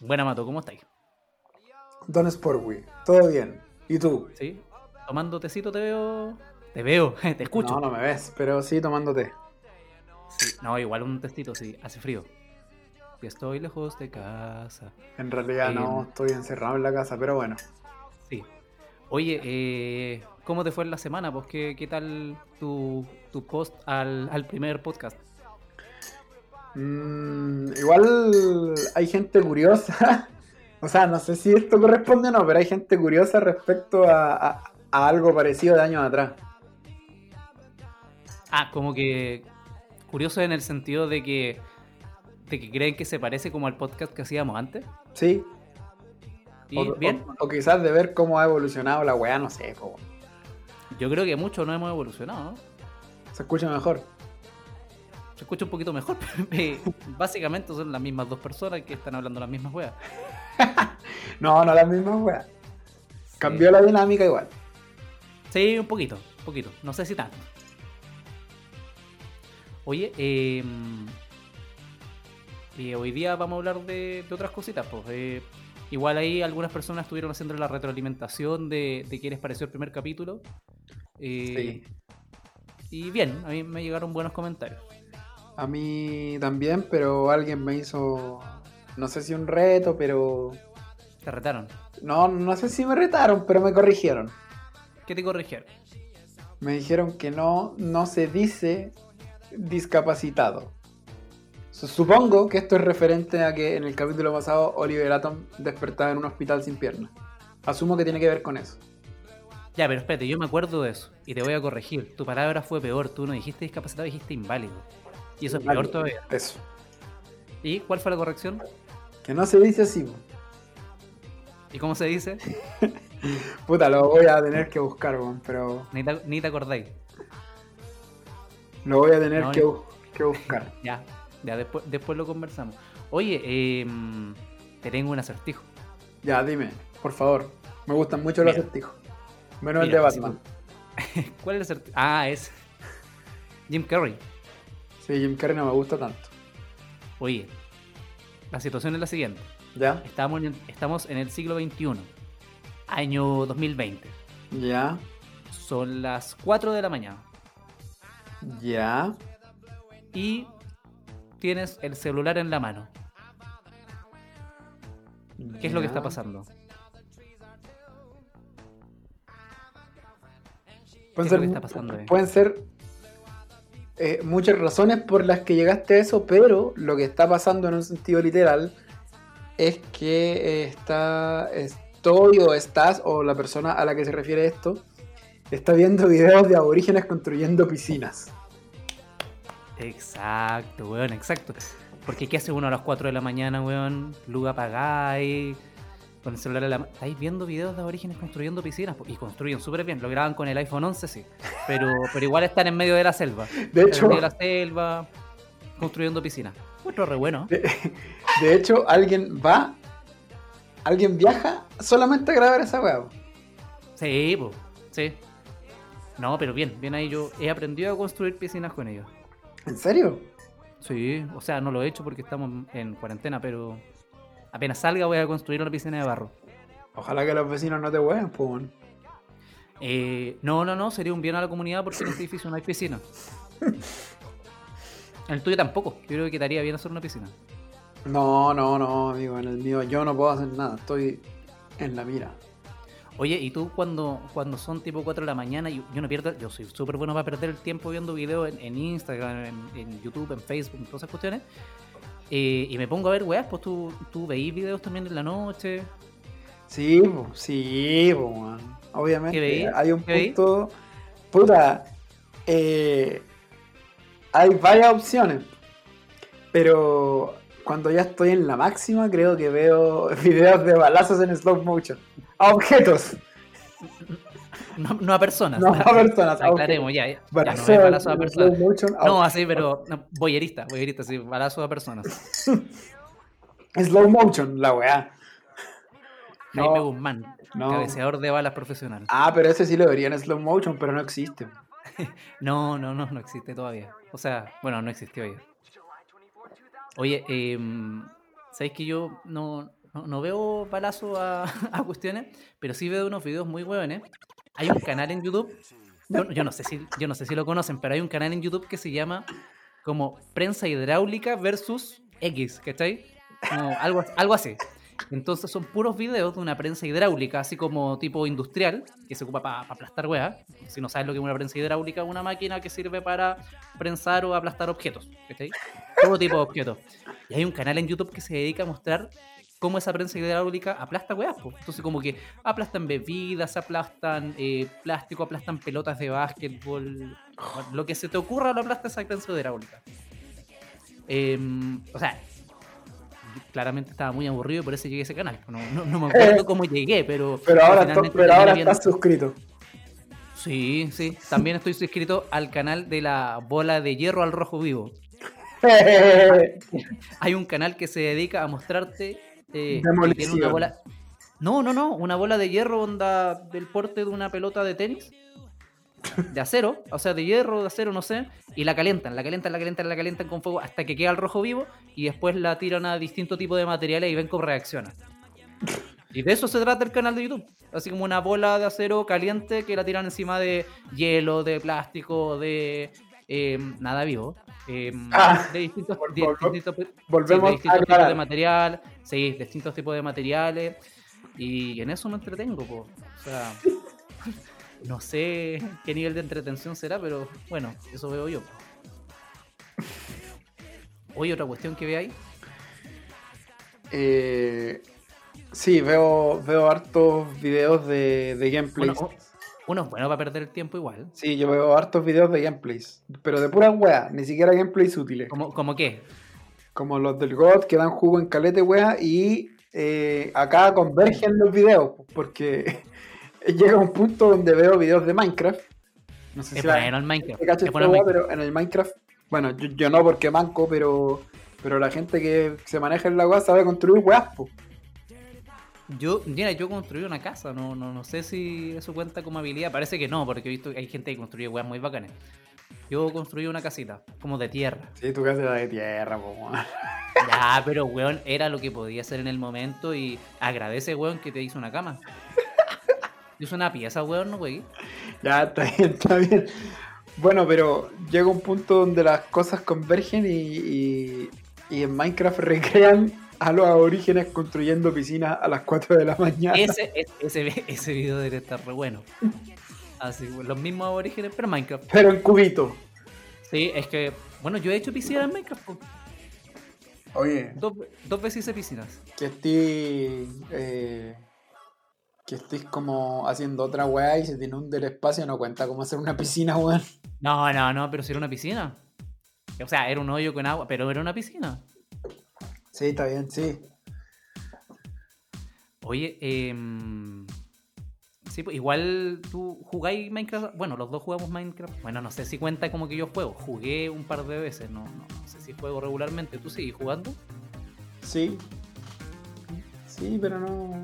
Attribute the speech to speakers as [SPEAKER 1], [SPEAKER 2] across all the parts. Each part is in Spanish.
[SPEAKER 1] Buena, Mato, ¿cómo estáis?
[SPEAKER 2] Don Sportwi, todo bien. ¿Y tú?
[SPEAKER 1] ¿Sí? ¿Tomando tecito te veo? Te veo, te escucho.
[SPEAKER 2] No, no me ves, pero sí tomándote.
[SPEAKER 1] Sí, no, igual un tecito, sí, hace frío. Y estoy lejos de casa.
[SPEAKER 2] En realidad
[SPEAKER 1] Eh,
[SPEAKER 2] no, estoy encerrado en la casa, pero bueno.
[SPEAKER 1] Sí. Oye, eh, ¿cómo te fue en la semana? Pues, ¿qué, qué tal tu, tu post al, al primer podcast?
[SPEAKER 2] Mm, igual hay gente curiosa. o sea, no sé si esto corresponde o no, pero hay gente curiosa respecto a, a- a algo parecido de años atrás.
[SPEAKER 1] Ah, como que curioso en el sentido de que, de que creen que se parece como al podcast que hacíamos antes.
[SPEAKER 2] ¿Sí?
[SPEAKER 1] Y
[SPEAKER 2] o,
[SPEAKER 1] bien,
[SPEAKER 2] o- o quizás de ver cómo ha evolucionado la weá, no sé. po.
[SPEAKER 1] yo creo que mucho no hemos evolucionado, ¿no?
[SPEAKER 2] Se escucha mejor.
[SPEAKER 1] Se escucha un poquito mejor, pero eh, básicamente son las mismas dos personas que están hablando las mismas weas.
[SPEAKER 2] No, no la misma weá. Cambió la dinámica igual.
[SPEAKER 1] Sí, un poquito, un poquito. No sé si tanto. Oye, eh, eh, hoy día vamos a hablar de, de otras cositas. Pues, eh, igual ahí algunas personas estuvieron haciendo la retroalimentación de, de qué les pareció el primer capítulo. Eh, Y bien, a mí me llegaron buenos comentarios.
[SPEAKER 2] A mí también, pero alguien me hizo, no sé si un reto, pero...
[SPEAKER 1] Te retaron.
[SPEAKER 2] No, no sé si me retaron, pero me corrigieron.
[SPEAKER 1] ¿Qué te corrigieron?
[SPEAKER 2] Me dijeron que no, no se dice discapacitado. Su- Supongo que esto es referente a que en el capítulo pasado Oliver Atom despertaba en un hospital sin piernas. Asumo que tiene que ver con eso.
[SPEAKER 1] Ya, pero espérate, yo me acuerdo de eso y te voy a corregir. Tu palabra fue peor. Tú no dijiste discapacitado, dijiste inválido. Y eso es peor
[SPEAKER 2] Inválido.
[SPEAKER 1] todavía.
[SPEAKER 2] Eso.
[SPEAKER 1] ¿Y cuál fue la corrección?
[SPEAKER 2] Que no se dice así. po.
[SPEAKER 1] ¿Y cómo se dice?
[SPEAKER 2] Puta, lo voy a tener que buscar, weón, pero
[SPEAKER 1] Ni te, ni te acordáis.
[SPEAKER 2] lo voy a tener
[SPEAKER 1] No,
[SPEAKER 2] que,
[SPEAKER 1] ni-
[SPEAKER 2] bu- que buscar.
[SPEAKER 1] Ya, ya después, después lo conversamos. Oye, eh, te tengo un acertijo.
[SPEAKER 2] Ya, dime, por favor. Me gustan mucho los
[SPEAKER 1] Mira.
[SPEAKER 2] acertijos. Menos el
[SPEAKER 1] Mira,
[SPEAKER 2] de Batman.
[SPEAKER 1] ¿Cuál es el acertijo? Ah, es Jim Carrey.
[SPEAKER 2] Sí, Jim Carrey no me gusta tanto.
[SPEAKER 1] Oye, la situación es la siguiente.
[SPEAKER 2] ¿Ya?
[SPEAKER 1] Estamos en, estamos en el siglo XXI, año 2020.
[SPEAKER 2] Ya,
[SPEAKER 1] Son las 4 de la mañana
[SPEAKER 2] ya.
[SPEAKER 1] y tienes el celular en la mano. ¿Qué es lo que
[SPEAKER 2] ya.
[SPEAKER 1] está pasando? ¿Qué
[SPEAKER 2] Pueden
[SPEAKER 1] es lo
[SPEAKER 2] ser,
[SPEAKER 1] que está pasando ahí?
[SPEAKER 2] pueden ser, eh, muchas razones por las que llegaste a eso, pero lo que está pasando en un sentido literal es que eh, está, estoy o estás, o la persona a la que se refiere esto, está viendo videos de aborígenes construyendo piscinas.
[SPEAKER 1] Exacto, weón, exacto. Porque ¿qué hace uno a las 4 de la mañana, weón? Luga pagáis, con el celular en la mano. Estáis viendo videos de orígenes construyendo piscinas po, y construyen súper bien. Lo graban con el iPhone 11, sí. Pero, pero igual están en medio de la selva.
[SPEAKER 2] De
[SPEAKER 1] Están
[SPEAKER 2] hecho,
[SPEAKER 1] en medio de la selva, construyendo piscinas. Otro re bueno.
[SPEAKER 2] de, de hecho, alguien va, alguien viaja solamente a grabar esa hueá.
[SPEAKER 1] Sí, po, sí. No, pero bien, bien ahí yo he aprendido a construir piscinas con ellos.
[SPEAKER 2] ¿En serio?
[SPEAKER 1] Sí, o sea, no lo he hecho porque estamos en cuarentena, pero apenas salga voy a construir una piscina de barro.
[SPEAKER 2] Ojalá que los vecinos no te hueven, pues. weón.
[SPEAKER 1] Eh, no, no, no, sería un bien a la comunidad porque en este edificio no hay piscina. En el tuyo tampoco. Yo creo que quedaría bien hacer una piscina.
[SPEAKER 2] No, no, no, amigo, en el mío yo no puedo hacer nada, estoy en la mira.
[SPEAKER 1] Oye, ¿y tú cuando, cuando son tipo 4 de la mañana? Yo, yo no pierdo, yo soy súper bueno para perder el tiempo viendo videos en, en Instagram, en, en YouTube, en Facebook, en todas esas cuestiones. Eh, y me pongo a ver, weas, pues tú, tú veís videos también en la noche.
[SPEAKER 2] Sí, po, sí, po, weón. obviamente.
[SPEAKER 1] ¿Qué veí?
[SPEAKER 2] Hay un
[SPEAKER 1] ¿Qué veí?
[SPEAKER 2] punto, puta, eh, hay varias opciones, pero cuando ya estoy en la máxima creo que veo videos de balazos en slow motion. A objetos,
[SPEAKER 1] No, no a personas.
[SPEAKER 2] no a personas, a objetos.
[SPEAKER 1] Ah, Aclaremos, ya. ya, ya no
[SPEAKER 2] Balazos
[SPEAKER 1] es balazo a
[SPEAKER 2] en
[SPEAKER 1] personas.
[SPEAKER 2] eh, slow motion, oh, a
[SPEAKER 1] No, así, pero no, boyerista, boyerista, sí, balazo a personas. ah.
[SPEAKER 2] Slow motion, la weá.
[SPEAKER 1] Jaime
[SPEAKER 2] No.
[SPEAKER 1] Guzmán,
[SPEAKER 2] No.
[SPEAKER 1] cabeceador de balas profesional.
[SPEAKER 2] Ah, pero ese sí lo vería en slow motion, pero no existe.
[SPEAKER 1] No, no, no, no existe todavía. O sea, bueno, no existió ya. Oye, eh, ¿sabéis que em, yo no, no no, no veo balazo a, a, cuestiones, pero sí veo unos videos muy hueones. Hay un canal en YouTube, yo, yo, no sé si, yo no sé si lo conocen, pero hay un canal en YouTube que se llama como prensa hidráulica versus X, ¿cachai? Como algo, algo así. Entonces son puros videos de una prensa hidráulica, así como tipo industrial, que se ocupa para pa aplastar weas. Si no sabes lo que es una prensa hidráulica, es una máquina que sirve para prensar o aplastar objetos. ¿cachai? Todo tipo de objetos. Y hay un canal en YouTube que se dedica a mostrar cómo esa prensa hidráulica aplasta weas. Po. Entonces como que aplastan bebidas, aplastan eh, plástico, aplastan pelotas de básquetbol. Lo que se te ocurra lo aplasta esa prensa hidráulica. Eh, o sea, claramente estaba muy aburrido y por eso llegué a ese canal. No, no, no me acuerdo cómo llegué, pero.
[SPEAKER 2] Eh. Pero ahora, to, pero ahora viendo... estás suscrito.
[SPEAKER 1] Sí, sí. También estoy suscrito al canal de la bola de hierro al rojo vivo. Hay un canal que se dedica a mostrarte. Eh, que tiene una bola... No, no, no. Una bola de hierro onda del porte de una pelota de tenis de acero, o sea, de hierro, de acero, no sé, y la calentan, la calentan, la calentan, la calentan con fuego hasta que queda el rojo vivo y después la tiran a distinto tipo de materiales y ven cómo reacciona. Y de eso se trata el canal de YouTube. Así como una bola de acero caliente que la tiran encima de hielo, de plástico, de eh, nada vivo. Eh, ah, de distintos, vol, vol, de distintos, volvemos sí, de distintos tipos de material, sí, distintos tipos de materiales. Y en eso me entretengo, po. O sea. no sé qué nivel de entretención será, pero bueno, eso veo yo. Hoy otra cuestión que veáis.
[SPEAKER 2] Eh, sí, veo, veo hartos videos de, de gameplays.
[SPEAKER 1] Uno, uno es bueno para perder el tiempo igual.
[SPEAKER 2] Sí, yo veo hartos videos de gameplays, pero de pura wea, ni siquiera gameplays útiles.
[SPEAKER 1] ¿Cómo, como qué?
[SPEAKER 2] Como los del God que dan jugo en calete wea y eh, acá convergen los videos, porque llega un punto donde veo videos de Minecraft. No sé
[SPEAKER 1] es
[SPEAKER 2] si
[SPEAKER 1] bueno el Minecraft.
[SPEAKER 2] Este es bueno, pero en el Minecraft, bueno, yo, yo, no porque manco, pero pero la gente que se maneja en la weá sabe construir weas,
[SPEAKER 1] Yo, mira, yo construí una casa, no, no, no sé si eso cuenta como habilidad, parece que no, porque he visto que hay gente que construye weas muy bacanas. Yo construí una casita, como de tierra.
[SPEAKER 2] Sí, tu casa era de tierra, po,
[SPEAKER 1] Ya, pero weón, era lo que podía hacer en el momento y agradece, weón, que te hizo una cama. Yo soy una pieza, weón, no, güey.
[SPEAKER 2] Ya, está bien, está bien. Bueno, pero llega un punto donde las cosas convergen y, y, y en Minecraft recrean a los aborígenes construyendo piscinas a las 4 de la mañana.
[SPEAKER 1] Ese, ese, ese video debe estar re bueno. Así, los mismos aborígenes, pero Minecraft.
[SPEAKER 2] Pero en cubito.
[SPEAKER 1] Sí, es que, bueno, yo he hecho piscinas en Minecraft.
[SPEAKER 2] Oye.
[SPEAKER 1] Dos, dos veces hice piscinas.
[SPEAKER 2] Que estoy... Eh que estés como haciendo otra weá y se te inunde el espacio, no cuenta como hacer una piscina, weón.
[SPEAKER 1] No, no, no, pero si era una piscina. O sea, era un hoyo con agua, pero era una piscina.
[SPEAKER 2] Sí, está bien, sí.
[SPEAKER 1] Oye, eh, sí, pues, igual tú jugáis Minecraft. Bueno, los dos jugamos Minecraft. Bueno, no sé si cuenta como que yo juego. Jugué un par de veces, no, no, no sé si juego regularmente. ¿Tú sigues jugando?
[SPEAKER 2] Sí. Sí, pero no.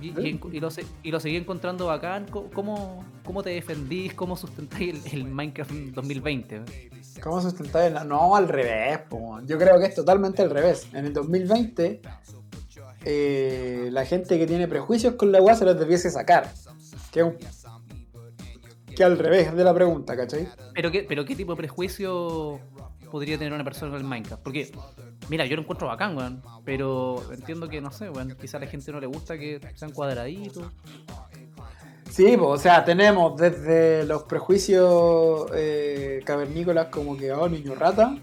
[SPEAKER 1] Y, y, y, lo, y, lo, seguí encontrando bacán. ¿Cómo, cómo te defendís? ¿Cómo sustentáis el, el, Minecraft 2020?
[SPEAKER 2] ¿Cómo sustentáis? El... No, al revés. Po. Yo creo que es totalmente al revés. En el 2020, eh, la gente que tiene prejuicios con la UA se los debiese sacar. Que, un... que al revés de la pregunta, ¿cachai?
[SPEAKER 1] ¿Pero qué, pero qué tipo de prejuicio podría tener una persona con el Minecraft? Porque Mira, yo lo encuentro bacán, weón. Pero entiendo que, no sé, weón. Quizá a la gente no le gusta que sean cuadraditos.
[SPEAKER 2] Sí, pues, o sea, tenemos desde los prejuicios eh, cavernícolas como que, oh, niño rata.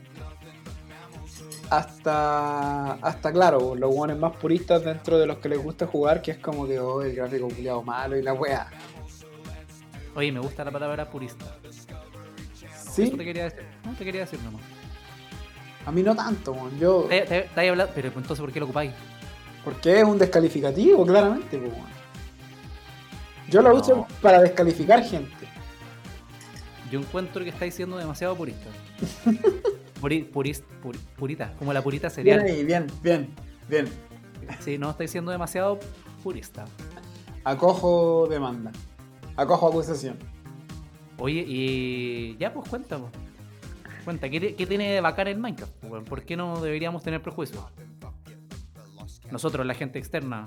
[SPEAKER 2] Hasta, hasta claro, los weones más puristas dentro de los que les gusta jugar, que es como que, oh, el gráfico culiado malo y la weá.
[SPEAKER 1] Oye, me gusta la palabra purista.
[SPEAKER 2] ¿Sí?
[SPEAKER 1] Eso te quería decir. No, te quería decir nomás.
[SPEAKER 2] A mí no tanto, man. yo.
[SPEAKER 1] Te, te, te hablado, pero entonces ¿por qué lo ocupáis?
[SPEAKER 2] Porque es un descalificativo, claramente, man. Yo lo no. uso para descalificar gente.
[SPEAKER 1] Yo encuentro que estáis siendo demasiado purista. Puri, puris, pur, purita, como la purita
[SPEAKER 2] sería. Bien ahí, bien, bien, bien.
[SPEAKER 1] Sí, no, estáis siendo demasiado purista.
[SPEAKER 2] Acojo demanda. Acojo acusación.
[SPEAKER 1] Oye, y ya pues cuéntame cuenta. ¿Qué, ¿Qué, tiene de bacán el Minecraft? ¿Por qué no deberíamos tener prejuicios? Nosotros, la gente externa.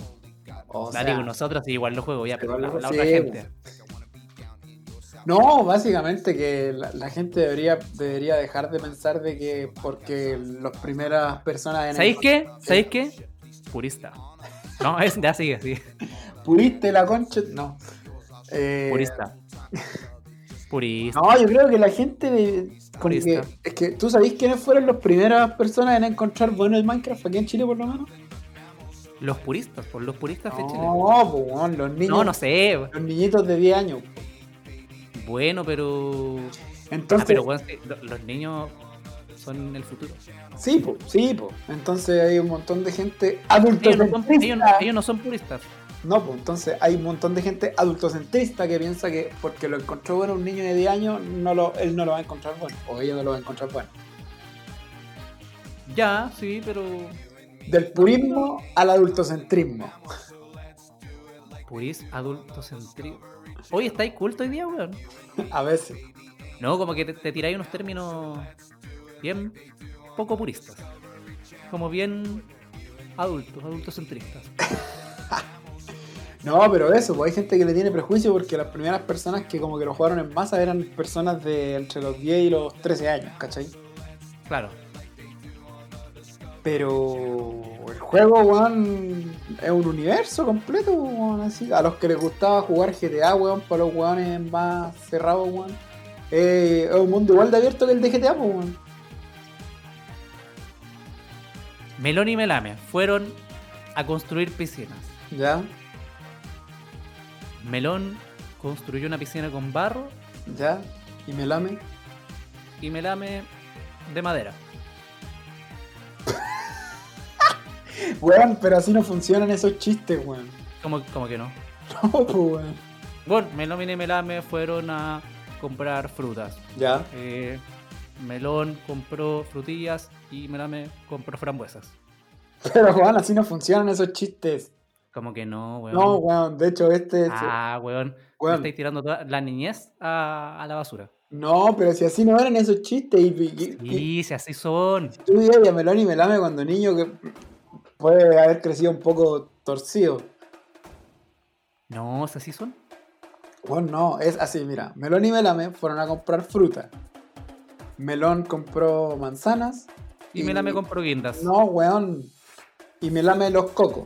[SPEAKER 2] O
[SPEAKER 1] La
[SPEAKER 2] sea,
[SPEAKER 1] digo nosotros, sí, igual lo juego ya, pero
[SPEAKER 2] igual
[SPEAKER 1] la,
[SPEAKER 2] lo- pues.
[SPEAKER 1] la
[SPEAKER 2] sí,
[SPEAKER 1] otra gente.
[SPEAKER 2] no, básicamente que la, la gente debería, debería dejar de pensar de que porque las primeras personas en
[SPEAKER 1] ¿Sabéis qué? ¿Sabéis qué? Purista. No, es ya sigue, sigue.
[SPEAKER 2] Puriste la concha. No. Eh,
[SPEAKER 1] Purista. Purista.
[SPEAKER 2] No, yo creo que la gente. de- como que-
[SPEAKER 1] Purista.
[SPEAKER 2] es que tú sabés quiénes fueron las primeras personas en encontrar bueno el Minecraft aquí en Chile, por lo menos.
[SPEAKER 1] Los puristas, por los puristas de Chile.
[SPEAKER 2] No, pues, weón, los niños.
[SPEAKER 1] No, no sé.
[SPEAKER 2] Los niñitos de 10 años.
[SPEAKER 1] Bueno, pero. Ah,
[SPEAKER 2] Entonces,
[SPEAKER 1] pero bueno, sí, lo- los niños son el futuro.
[SPEAKER 2] sí, po, sí, po. Entonces hay un montón de gente adulto
[SPEAKER 1] Ellos no son, ellos no- ellos no son puristas.
[SPEAKER 2] No, pues entonces hay un montón de gente adultocentrista que piensa que porque lo encontró bueno un niño de 10 años, no lo, él no lo va a encontrar bueno, o ella no lo va a encontrar bueno.
[SPEAKER 1] Ya, sí, pero.
[SPEAKER 2] Del purismo al adultocentrismo.
[SPEAKER 1] Puris, adulto Hoy estáis culto hoy día, weón.
[SPEAKER 2] A veces.
[SPEAKER 1] No, como que te, te tiráis unos términos bien poco puristas. Como bien adultos, adultos centristas.
[SPEAKER 2] No, pero eso, pues hay gente que le tiene prejuicio porque las primeras personas que como que lo jugaron en masa eran personas de entre los 10 y los 13 años, ¿cachai?
[SPEAKER 1] Claro.
[SPEAKER 2] Pero el juego, weón, es un universo completo, weón, así. A los que les gustaba jugar GTA, weón, para los weones más cerrados, weón. eh, es un mundo igual de abierto que el de GTA, pues, weón.
[SPEAKER 1] Melón y Melame fueron a construir piscinas.
[SPEAKER 2] Ya,
[SPEAKER 1] Melón construyó una piscina con barro
[SPEAKER 2] ya. Y me lame.
[SPEAKER 1] y Melame de madera.
[SPEAKER 2] Weón, pero así no funcionan esos chistes, weón.
[SPEAKER 1] Como, como que no.
[SPEAKER 2] No, pues, weón.
[SPEAKER 1] Bueno, Melón y Melame fueron a comprar frutas.
[SPEAKER 2] Ya.
[SPEAKER 1] Eh, Melón compró frutillas y Melame compró frambuesas.
[SPEAKER 2] Pero, weón, así no funcionan esos chistes.
[SPEAKER 1] Como que no, weón.
[SPEAKER 2] No, weón, de hecho, este...
[SPEAKER 1] Ah, weón. Me
[SPEAKER 2] Weón.
[SPEAKER 1] estáis tirando toda la niñez a, a la basura.
[SPEAKER 2] No, pero si así no eran esos chistes. Y, y- y-
[SPEAKER 1] Y si así son.
[SPEAKER 2] Tú dirías a Melón y Melame cuando niño que puede haber crecido un poco torcido.
[SPEAKER 1] No, si así son.
[SPEAKER 2] Bueno, no, es así, mira. Melón y Melame fueron a comprar fruta. Melón compró manzanas.
[SPEAKER 1] Y, Melame compró guindas.
[SPEAKER 2] No, weón. Y Melame los cocos.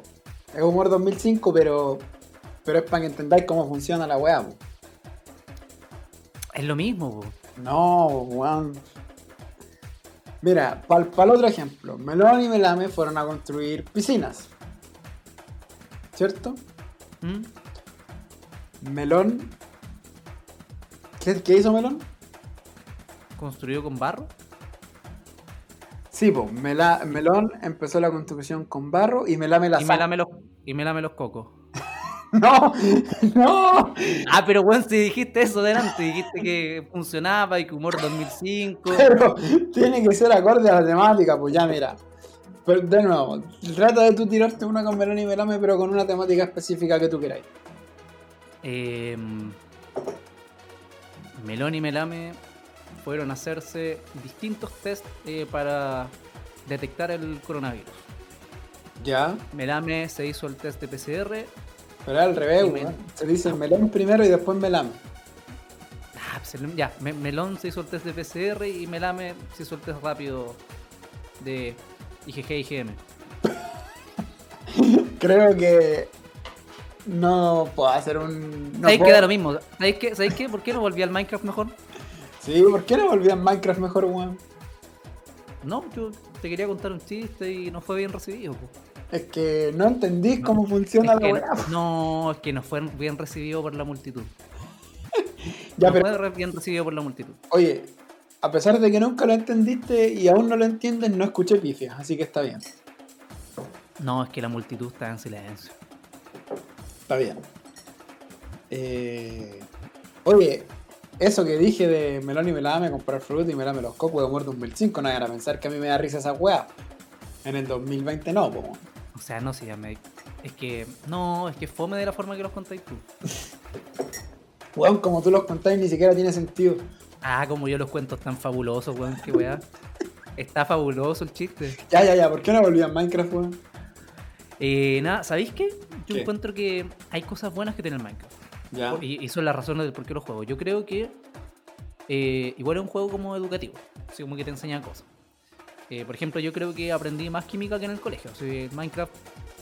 [SPEAKER 2] Es humor 2005, pero, pero es para que entendáis cómo funciona la weá. po.
[SPEAKER 1] Es lo mismo, po.
[SPEAKER 2] No, weón. Mira, para el otro ejemplo. Melón y Melame fueron a construir piscinas. ¿Cierto?
[SPEAKER 1] ¿Mm?
[SPEAKER 2] Melón. ¿Qué, qué hizo Melón?
[SPEAKER 1] Construido con barro.
[SPEAKER 2] Sí, pues, Melón empezó la construcción con barro y Melame la
[SPEAKER 1] Y
[SPEAKER 2] sa-
[SPEAKER 1] Melame los, y Melame los cocos.
[SPEAKER 2] ¡No! ¡No!
[SPEAKER 1] Ah, pero weón, si dijiste eso delante, dijiste que funcionaba y que humor 2005.
[SPEAKER 2] Pero tiene que ser acorde a la temática, pues ya mira. Pero de nuevo, trata de tú tirarte una con Melón y Melame, pero con una temática específica que tú queráis.
[SPEAKER 1] Em, Melón y Melame fueron a hacerse distintos test eh, para detectar el coronavirus.
[SPEAKER 2] Ya,
[SPEAKER 1] Melame se hizo el test de PCR.
[SPEAKER 2] pero es al revés,
[SPEAKER 1] Y
[SPEAKER 2] weón.
[SPEAKER 1] Mel-
[SPEAKER 2] Se dice Melón primero y después Melame.
[SPEAKER 1] Ah, pues el- ya, Me- Melón se hizo el test de PCR y Melame se hizo el test rápido de IgG IgM.
[SPEAKER 2] Creo que no puedo hacer un. No
[SPEAKER 1] ¿Sabéis que
[SPEAKER 2] puedo-
[SPEAKER 1] da lo mismo? ¿Sabéis qué? ¿Sabéis qué? ¿Por qué no volví al Minecraft mejor?
[SPEAKER 2] Sí, ¿por qué no volví a Minecraft mejor, weón?
[SPEAKER 1] No, yo te quería contar un chiste y no fue bien recibido. po.
[SPEAKER 2] Es que no entendís
[SPEAKER 1] No,
[SPEAKER 2] cómo funciona
[SPEAKER 1] Es
[SPEAKER 2] la
[SPEAKER 1] que
[SPEAKER 2] weá.
[SPEAKER 1] no, no, es que no fue bien recibido por la multitud.
[SPEAKER 2] Ya,
[SPEAKER 1] no
[SPEAKER 2] pero,
[SPEAKER 1] fue re- bien recibido por la multitud.
[SPEAKER 2] oye, a pesar de que nunca lo entendiste y aún no lo entiendes, no escuché pifias, así que está bien.
[SPEAKER 1] No, es que la multitud está en silencio.
[SPEAKER 2] Está bien. Eh, oye, eso que dije de melón y melame, comprar fruta y melame los cocos de humor 2005, no vayan a pensar que a mí me da risa esa weá. En el 2020 no, po.
[SPEAKER 1] O sea, no sé, ya me... Es que, no, es que fome de la forma que los contáis tú.
[SPEAKER 2] Weón, como tú los contáis, ni siquiera tiene sentido.
[SPEAKER 1] Ah, como yo los cuento tan fabulosos, weón, qué weá. Está fabuloso el chiste.
[SPEAKER 2] Ya, ya, ya, ¿por qué no volví a Minecraft, weón?
[SPEAKER 1] Eh, nada, ¿sabéis qué? Yo
[SPEAKER 2] ¿Qué?
[SPEAKER 1] encuentro que hay cosas buenas que tiene el Minecraft.
[SPEAKER 2] Ya.
[SPEAKER 1] Y, y son las razones del por qué lo juego. Yo creo que eh, igual es un juego como educativo, así como que te enseña cosas. Eh, por ejemplo, yo creo que aprendí más química que en el colegio. O sea, el Minecraft,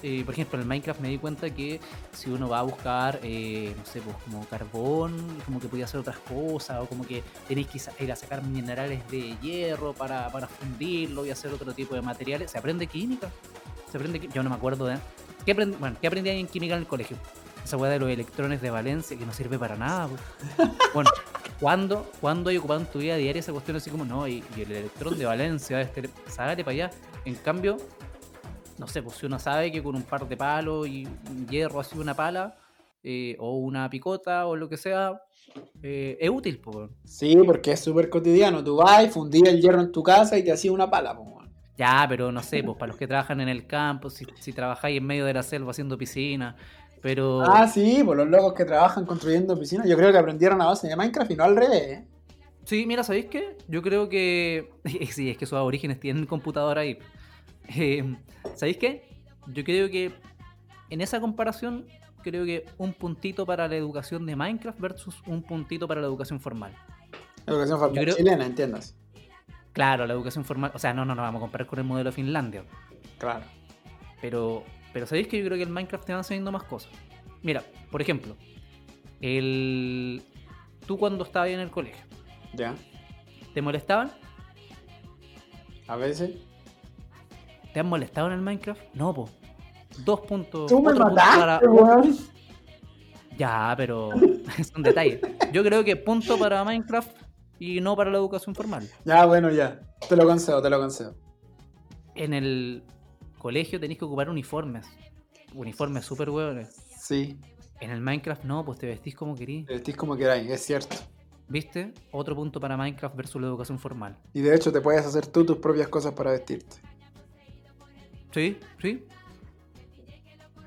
[SPEAKER 1] eh, por ejemplo, en el Minecraft me di cuenta que si uno va a buscar, eh, no sé, pues como carbón, como que podía hacer otras cosas, o como que tenéis que sa- ir a sacar minerales de hierro para, para fundirlo y hacer otro tipo de materiales. Se aprende química. Se aprende, qui- yo no me acuerdo de... ¿Qué aprendí, bueno, ¿qué aprendí ahí en química en el colegio? Esa weá de los electrones de valencia que no sirve para nada. po. Bueno, ¿cuándo, ¿cuándo hay ocupado en tu vida diaria esa cuestión así como no? Y, y el electrón de valencia, este, sácale para allá. En cambio, no sé, pues si uno sabe que con un par de palos y un hierro así, una pala, eh, o una picota, o lo que sea, eh, es útil, po, weón.
[SPEAKER 2] Sí, porque es súper cotidiano. Tú vas, fundías el hierro en tu casa y te hacías una pala, po, weón.
[SPEAKER 1] Ya, pero no sé, pues para los que trabajan en el campo, si, si trabajáis en medio de la selva haciendo piscina, pero...
[SPEAKER 2] Ah, sí, por los locos que trabajan construyendo piscinas. Yo creo que aprendieron a base de Minecraft y no al revés. ¿eh?
[SPEAKER 1] Sí, mira, ¿sabéis qué? Yo creo que. Sí, es que sus aborígenes tienen computadora ahí. Eh, ¿Sabéis qué? Yo creo que en esa comparación, creo que un puntito para la educación de Minecraft versus un puntito para la educación formal.
[SPEAKER 2] Educación formal
[SPEAKER 1] Yo creo-
[SPEAKER 2] chilena, entiendas.
[SPEAKER 1] Claro, la educación formal. O sea, no, no, no vamos a comparar con el modelo de Finlandia.
[SPEAKER 2] Claro.
[SPEAKER 1] Pero, pero sabéis que yo creo que el Minecraft te van enseñando más cosas. Mira, por ejemplo, el... tú cuando estabas en el colegio,
[SPEAKER 2] Ya.
[SPEAKER 1] ¿te molestaban?
[SPEAKER 2] A veces.
[SPEAKER 1] ¿Te han molestado en el Minecraft? No, po. Dos puntos.
[SPEAKER 2] Tú me
[SPEAKER 1] otro punto
[SPEAKER 2] mataste,
[SPEAKER 1] para-
[SPEAKER 2] weón.
[SPEAKER 1] Ya, pero es un detalle. Yo creo que punto para Minecraft y no para la educación formal.
[SPEAKER 2] Ya, bueno, ya. Te lo concedo, te lo concedo.
[SPEAKER 1] En el colegio tenéis que ocupar uniformes. Uniformes súper hueones.
[SPEAKER 2] Sí,
[SPEAKER 1] En el Minecraft no, pues te vestís como querís.
[SPEAKER 2] te vestís como queráis, es cierto.
[SPEAKER 1] ¿Viste? Otro punto para Minecraft versus la educación formal.
[SPEAKER 2] Y de hecho te puedes hacer tú tus propias cosas para vestirte.
[SPEAKER 1] Sí, sí.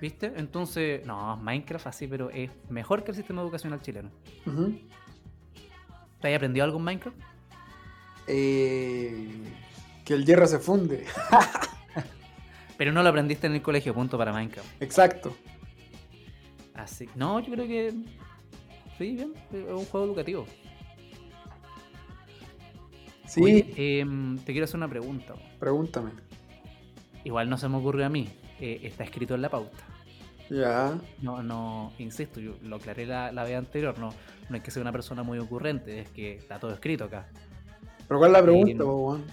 [SPEAKER 1] ¿Viste? Entonces, no, Minecraft así, pero es mejor que el sistema educacional chileno.
[SPEAKER 2] Ujú.
[SPEAKER 1] ¿Te has aprendido algo en Minecraft?
[SPEAKER 2] Eh, que el hierro se funde.
[SPEAKER 1] Pero no lo aprendiste en el colegio, punto para Minecraft.
[SPEAKER 2] Exacto.
[SPEAKER 1] Así. No, yo creo que. Sí, bien. Es un juego educativo.
[SPEAKER 2] Sí,
[SPEAKER 1] Oye, em, te quiero hacer una pregunta.
[SPEAKER 2] pregúntame.
[SPEAKER 1] Igual no se me ocurrió a mí. eh, está escrito en la pauta.
[SPEAKER 2] Ya.
[SPEAKER 1] No, no, insisto, yo lo aclaré la, la vez anterior. No, no es que sea una persona muy ocurrente, es que está todo escrito acá.
[SPEAKER 2] ¿Pero cuál es la
[SPEAKER 1] Eh,
[SPEAKER 2] pregunta, po, weón?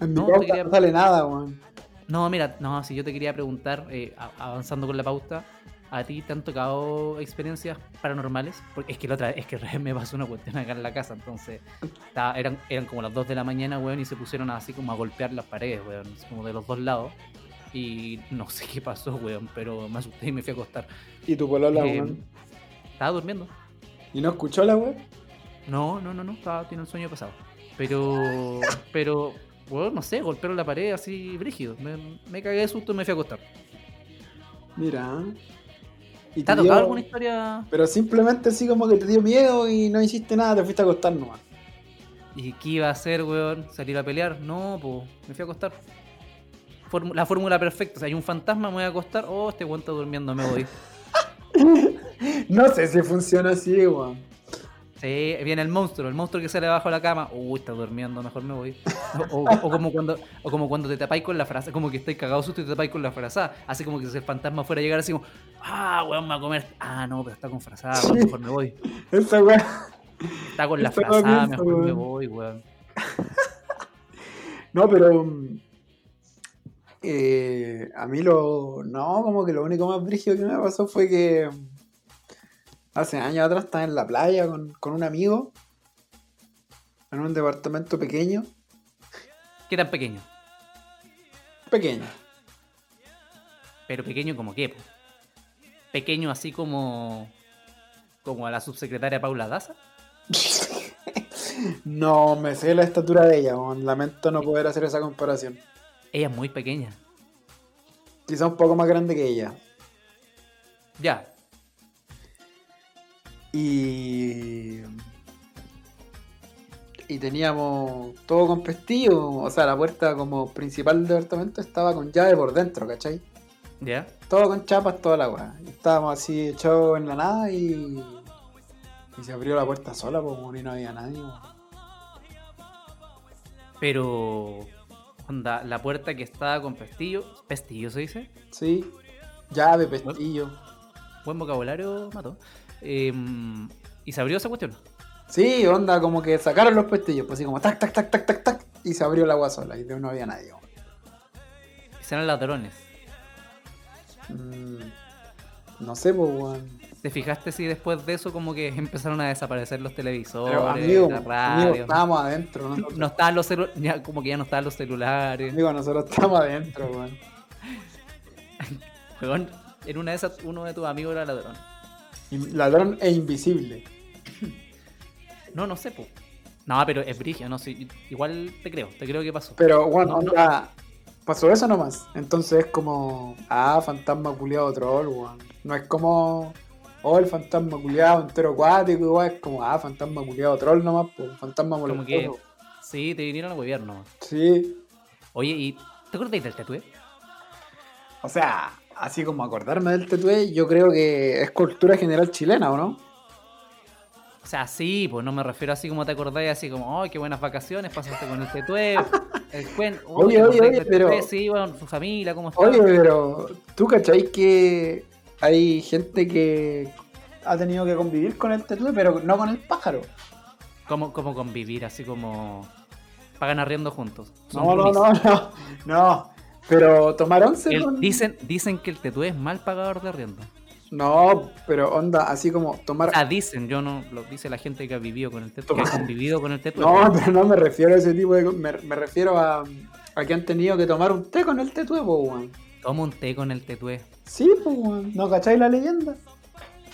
[SPEAKER 2] En mi
[SPEAKER 1] no, te
[SPEAKER 2] pauta
[SPEAKER 1] quería-
[SPEAKER 2] no sale nada, weón.
[SPEAKER 1] No, mira, no, si yo te quería preguntar, eh, a- avanzando con la pauta, ¿a ti te han tocado experiencias paranormales? Porque es que la otra vez, es que re- me pasó una cuestión acá en la casa, entonces estaba- eran, eran como las 2 de la mañana, weón, y se pusieron así como a golpear las paredes, weón, así como de los dos lados. Y no sé qué pasó, weón, pero me asusté y me fui a acostar.
[SPEAKER 2] Y tu polola,
[SPEAKER 1] Eh,
[SPEAKER 2] weón.
[SPEAKER 1] Estaba durmiendo.
[SPEAKER 2] ¿Y no escuchó la weón?
[SPEAKER 1] No, no, no, no, estaba, tiene el sueño pasado. Pero, pero, weón, no sé, golpearon la pared así brígido. Me, me cagué de susto y me fui a acostar.
[SPEAKER 2] Mira. ¿Y
[SPEAKER 1] ¿Te ha
[SPEAKER 2] te
[SPEAKER 1] tocado
[SPEAKER 2] dio-
[SPEAKER 1] alguna historia?
[SPEAKER 2] Pero simplemente así como que te dio miedo y no hiciste nada, te fuiste a acostar nomás.
[SPEAKER 1] ¿Y qué iba a hacer, weón? ¿Salir a pelear? No, po, me fui a acostar. Fórmu- la fórmula perfecta. O sea, hay un fantasma, me voy a acostar. Oh, este weón está durmiendo, me voy.
[SPEAKER 2] No sé si funciona así, weón.
[SPEAKER 1] Sí, viene el monstruo, el monstruo que sale debajo de la cama. Uy, está durmiendo, mejor me voy. O, o- o como, cuando, o como cuando te tapáis con la frase, como que estáis cagados susto y te tapáis con la frazada. Así como que si el fantasma fuera a llegar así como, ah, weón, me va a comer. Ah, no, pero está con frazada, weón, mejor me voy.
[SPEAKER 2] Esa weón.
[SPEAKER 1] Está con la
[SPEAKER 2] Estaba
[SPEAKER 1] frazada,
[SPEAKER 2] viendo,
[SPEAKER 1] mejor me
[SPEAKER 2] weón.
[SPEAKER 1] voy, weón.
[SPEAKER 2] No, pero. mm, eh, a mí lo. No, como que lo único más brígido que me pasó fue que. mm, Hace años atrás estaba en la playa con, con un amigo. En un departamento pequeño.
[SPEAKER 1] ¿Qué tan pequeño?
[SPEAKER 2] Pequeño.
[SPEAKER 1] Pero pequeño como qué, po. Pequeño así como. como a la subsecretaria Paula Daza.
[SPEAKER 2] No, me sé la estatura de ella, weón. lamento no poder hacer esa comparación.
[SPEAKER 1] Ella es muy pequeña.
[SPEAKER 2] Quizá un poco más grande que ella.
[SPEAKER 1] Ya.
[SPEAKER 2] Y. Y teníamos todo con pestillo. O sea, la puerta como principal del departamento estaba con llave por dentro, ¿cachai?
[SPEAKER 1] ¿Ya?
[SPEAKER 2] Todo con chapas, toda la weá. Estábamos así echados en la nada y. Y se abrió la puerta sola, pues, weón, y no había nadie, weón.
[SPEAKER 1] Pero. Onda, la puerta que estaba con pestillo. ¿Pestillo se dice?
[SPEAKER 2] Sí. Llave, pestillo.
[SPEAKER 1] Buen vocabulario, Mato. Eh, y se abrió esa cuestión.
[SPEAKER 2] Sí, onda, como que sacaron los pestillos, pues así como tac, tac, tac, tac, tac, tac. Y se abrió la agua sola y de- no había nadie, weón.
[SPEAKER 1] Y serán ladrones.
[SPEAKER 2] Mm, No sé, pues, weón.
[SPEAKER 1] ¿Te fijaste si después de eso como que empezaron a desaparecer los televisores,
[SPEAKER 2] Pero, amigo,
[SPEAKER 1] la
[SPEAKER 2] amigo,
[SPEAKER 1] radio?
[SPEAKER 2] estábamos adentro, ¿no?
[SPEAKER 1] no estaban los celu- ya, como que ya no estaban los celulares.
[SPEAKER 2] Amigo, nosotros estábamos adentro, weón.
[SPEAKER 1] Weón, en una de esas uno de tus amigos era ladrón.
[SPEAKER 2] In- Ladrón e invisible.
[SPEAKER 1] No, no sé, po. No, pero es brigio, no sé. Igual te creo, te creo que pasó.
[SPEAKER 2] Pero, weón,
[SPEAKER 1] No, no.
[SPEAKER 2] onda, pasó eso nomás. Entonces es como, ah, fantasma culiado troll, weón. No es como, oh, el fantasma culiado entero acuático, igual. Es como, ah, fantasma culiado troll nomás, pues, fantasma
[SPEAKER 1] Como
[SPEAKER 2] molestoso.
[SPEAKER 1] que- Sí, te vinieron a huevear nomás.
[SPEAKER 2] Sí.
[SPEAKER 1] Oye, ¿y te acordáis del tatué?
[SPEAKER 2] O sea, así como acordarme del tatué, yo creo que es cultura general chilena, ¿o no?
[SPEAKER 1] O sea, sí, pues no me refiero así como te acordáis, así como, ¡ay, qué buenas vacaciones! Pasaste con el tetué. El cuen...
[SPEAKER 2] Oye,
[SPEAKER 1] ¿te
[SPEAKER 2] oye,
[SPEAKER 1] acordáis
[SPEAKER 2] oye,
[SPEAKER 1] del tetué?
[SPEAKER 2] pero-
[SPEAKER 1] Sí, bueno, tu familia, ¿cómo estás?
[SPEAKER 2] Oye, pero ¿tú cacháis que hay gente que ha tenido que convivir con el tatué, pero no con el pájaro?
[SPEAKER 1] ¿Cómo, cómo convivir? Así como... Pagan arriendo juntos. Son
[SPEAKER 2] No, no,
[SPEAKER 1] roomies.
[SPEAKER 2] no, no, no. Pero tomar once
[SPEAKER 1] El-
[SPEAKER 2] con...
[SPEAKER 1] dicen, dicen que el tetué es mal pagador de arriendo.
[SPEAKER 2] No, pero onda, así como tomar...
[SPEAKER 1] Ah, dicen, yo no, lo dice la gente que ha vivido con el tetué, que ha convivido con el tetué.
[SPEAKER 2] No, pero no me refiero a ese tipo de... co- Me, me refiero a, a que han tenido que tomar un té con el tetué, po, weón.
[SPEAKER 1] Toma un té con el tetué.
[SPEAKER 2] Sí, po, weón. ¿No cacháis la leyenda?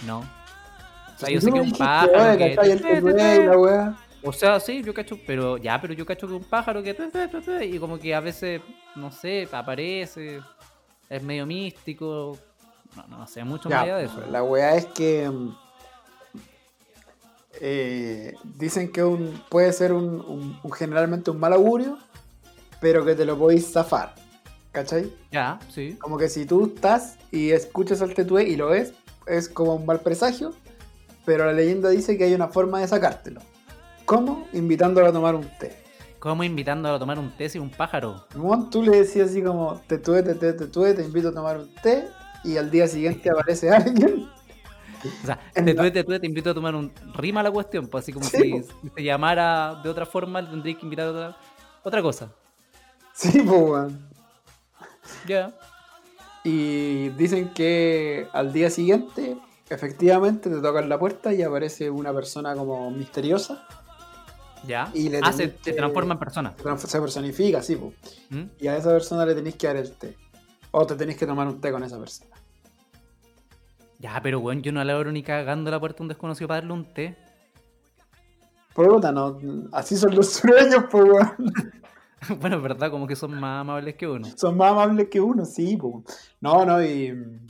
[SPEAKER 1] No. O sea,
[SPEAKER 2] Si
[SPEAKER 1] yo
[SPEAKER 2] tú
[SPEAKER 1] sé
[SPEAKER 2] me
[SPEAKER 1] que un
[SPEAKER 2] dijiste,
[SPEAKER 1] pájaro
[SPEAKER 2] "Oye,
[SPEAKER 1] que...
[SPEAKER 2] cacháis el
[SPEAKER 1] "Tue, tue,
[SPEAKER 2] tetué y
[SPEAKER 1] tue".
[SPEAKER 2] la weá.
[SPEAKER 1] O sea, sí, yo cacho, pero ya, pero yo cacho que un pájaro que... "Tue, tue, tue, tue", Y como que a veces, no sé, aparece, es medio místico. No, no sé mucho más allá
[SPEAKER 2] Ya,
[SPEAKER 1] de eso.
[SPEAKER 2] La weá es que. mm, eh, dicen que un, puede ser un, un- un- generalmente un mal augurio, pero que te lo podéis zafar. ¿Cachai?
[SPEAKER 1] Ya, sí.
[SPEAKER 2] Como que si tú estás y escuchas al tetué y lo ves, es como un mal presagio, pero la leyenda dice que hay una forma de sacártelo. ¿Cómo? Invitándolo a tomar un té.
[SPEAKER 1] Como invitándolo a tomar un té si un pájaro.
[SPEAKER 2] Mon, tú le decías así como, tetué, tetué, tetué, te invito a tomar un té, y al día siguiente aparece alguien
[SPEAKER 1] O sea,
[SPEAKER 2] En
[SPEAKER 1] te
[SPEAKER 2] la-
[SPEAKER 1] tuve, te tuve, te invito a tomar un rima la cuestión, pues así como
[SPEAKER 2] Sí,
[SPEAKER 1] si,
[SPEAKER 2] po.
[SPEAKER 1] si te llamara de otra forma, le tendrías que invitar a otra, otra cosa.
[SPEAKER 2] Sí, pues, weón.
[SPEAKER 1] Ya.
[SPEAKER 2] Y dicen que al día siguiente, efectivamente, te tocan la puerta y aparece una persona como misteriosa.
[SPEAKER 1] Ya.
[SPEAKER 2] Y le
[SPEAKER 1] ah, se,
[SPEAKER 2] tenés
[SPEAKER 1] se
[SPEAKER 2] que-
[SPEAKER 1] transforma en persona.
[SPEAKER 2] Se trans- se personifica, sí, pues.
[SPEAKER 1] ¿Mm?
[SPEAKER 2] Y a esa persona le tenéis que dar el té. O te tenéis que tomar un té con esa persona.
[SPEAKER 1] Ya, pero weón, yo no le abro ni cagando la puerta a un desconocido para darle un té.
[SPEAKER 2] Puta, no. Así son los sureños, pues, weón.
[SPEAKER 1] bueno, es verdad, como que son más amables que uno.
[SPEAKER 2] Son más amables que uno, sí, pues. No, no, y. mm,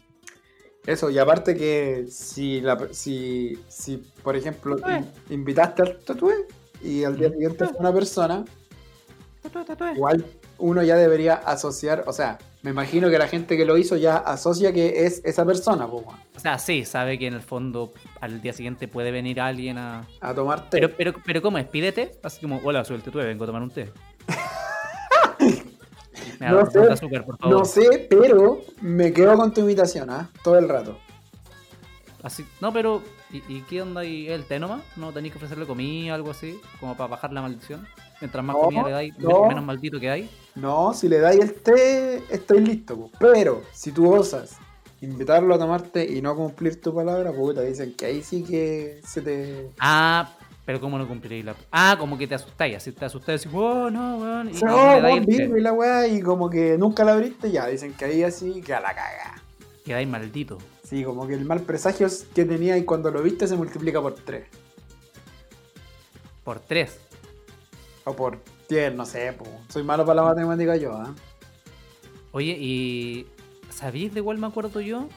[SPEAKER 2] Eso, y aparte que si, la, per- si, si por ejemplo,
[SPEAKER 1] Tatué.
[SPEAKER 2] in- invitaste al tatué y al día siguiente fue una persona,
[SPEAKER 1] Tatué, tatué.
[SPEAKER 2] Igual uno ya debería asociar, o sea, me imagino que la gente que lo hizo ya asocia que es esa persona, po, weón,
[SPEAKER 1] O sea, sí, sabe que en el fondo al día siguiente puede venir alguien a.
[SPEAKER 2] a tomar té.
[SPEAKER 1] Pero, pero, pero ¿cómo es? ¿Pídete? Así como, hola, soy el tetué, vengo a tomar un té. Me da
[SPEAKER 2] No
[SPEAKER 1] un poco de
[SPEAKER 2] sé,
[SPEAKER 1] azúcar, por favor.
[SPEAKER 2] no sé, pero me quedo con tu invitación, ¿ah? Todo el rato.
[SPEAKER 1] Así, no, pero ¿y, y qué onda ahí el té nomás? ¿No tenéis que ofrecerle comida algo así? Como para bajar la maldición. Mientras más
[SPEAKER 2] No,
[SPEAKER 1] comida le dais,
[SPEAKER 2] no.
[SPEAKER 1] menos maldito que hay.
[SPEAKER 2] No, si le dais el té, estoy listo, po. Pero si tú osas invitarlo a tomarte y no cumplir tu palabra, pues te dicen que ahí sí que se te...
[SPEAKER 1] Ah, pero ¿cómo no cumpliréis la.? Ah, como que te asustáis. Así te asustáis y decís, oh, no, weón. Y,
[SPEAKER 2] Se
[SPEAKER 1] y
[SPEAKER 2] oh,
[SPEAKER 1] le dais
[SPEAKER 2] weón,
[SPEAKER 1] el té.
[SPEAKER 2] vino y la weá, y como que nunca la abriste, ya, dicen que ahí así que a la caga.
[SPEAKER 1] Quedáis maldito.
[SPEAKER 2] Sí, como que el mal presagio que tenía y cuando lo viste se multiplica por tres.
[SPEAKER 1] Por tres.
[SPEAKER 2] O por 10, no sé, po. soy malo para la matemática yo, ¿ah?
[SPEAKER 1] Oye, ¿y. ¿Sabéis de cuál me acuerdo yo?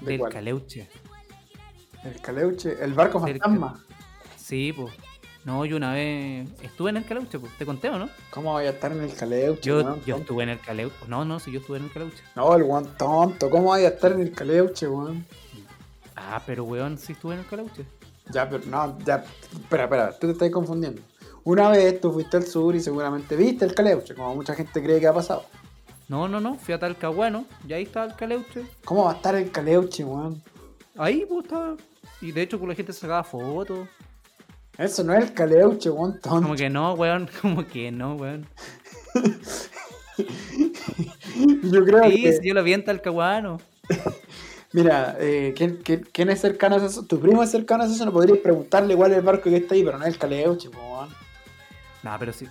[SPEAKER 2] ¿De
[SPEAKER 1] Del
[SPEAKER 2] cuál?
[SPEAKER 1] caleuche.
[SPEAKER 2] El caleuche, el barco
[SPEAKER 1] Del
[SPEAKER 2] fantasma.
[SPEAKER 1] Sí, pues. No, yo una vez estuve en el Caleuche, pues, te conté, ¿o no?
[SPEAKER 2] ¿Cómo voy a estar en el caleuche?
[SPEAKER 1] Yo,
[SPEAKER 2] weón,
[SPEAKER 1] yo
[SPEAKER 2] tonto?
[SPEAKER 1] estuve en el Caleuche. No, no, sí, yo estuve en el Caleuche.
[SPEAKER 2] No, el weón tonto. ¿Cómo voy a estar en el caleuche, weón?
[SPEAKER 1] Ah, pero weón, sí estuve en el Caleuche.
[SPEAKER 2] Ya, pero no, ya. Espera, espera, tú te estás confundiendo. Una vez tú fuiste al sur y seguramente viste el caleuche, como mucha gente cree que ha pasado.
[SPEAKER 1] No, no, no, fui a Talcahuano, y ahí estaba el Caleuche.
[SPEAKER 2] ¿Cómo va a estar el caleuche, weón?
[SPEAKER 1] Ahí, pues, estaba. Y de hecho, pues, la gente sacaba fotos.
[SPEAKER 2] Eso no es el caleuche, weón, tonto.
[SPEAKER 1] Como que no, weón, como que no, weón.
[SPEAKER 2] Yo creo
[SPEAKER 1] Sí,
[SPEAKER 2] que.
[SPEAKER 1] sí, yo lo vi en Talcahuano.
[SPEAKER 2] Mira, eh, ¿quién, quién, quién es cercano a eso? Tu primo es cercano a eso, no podrías preguntarle cuál es el barco que está ahí, pero no es el caleuche, weón.
[SPEAKER 1] No, pero sí.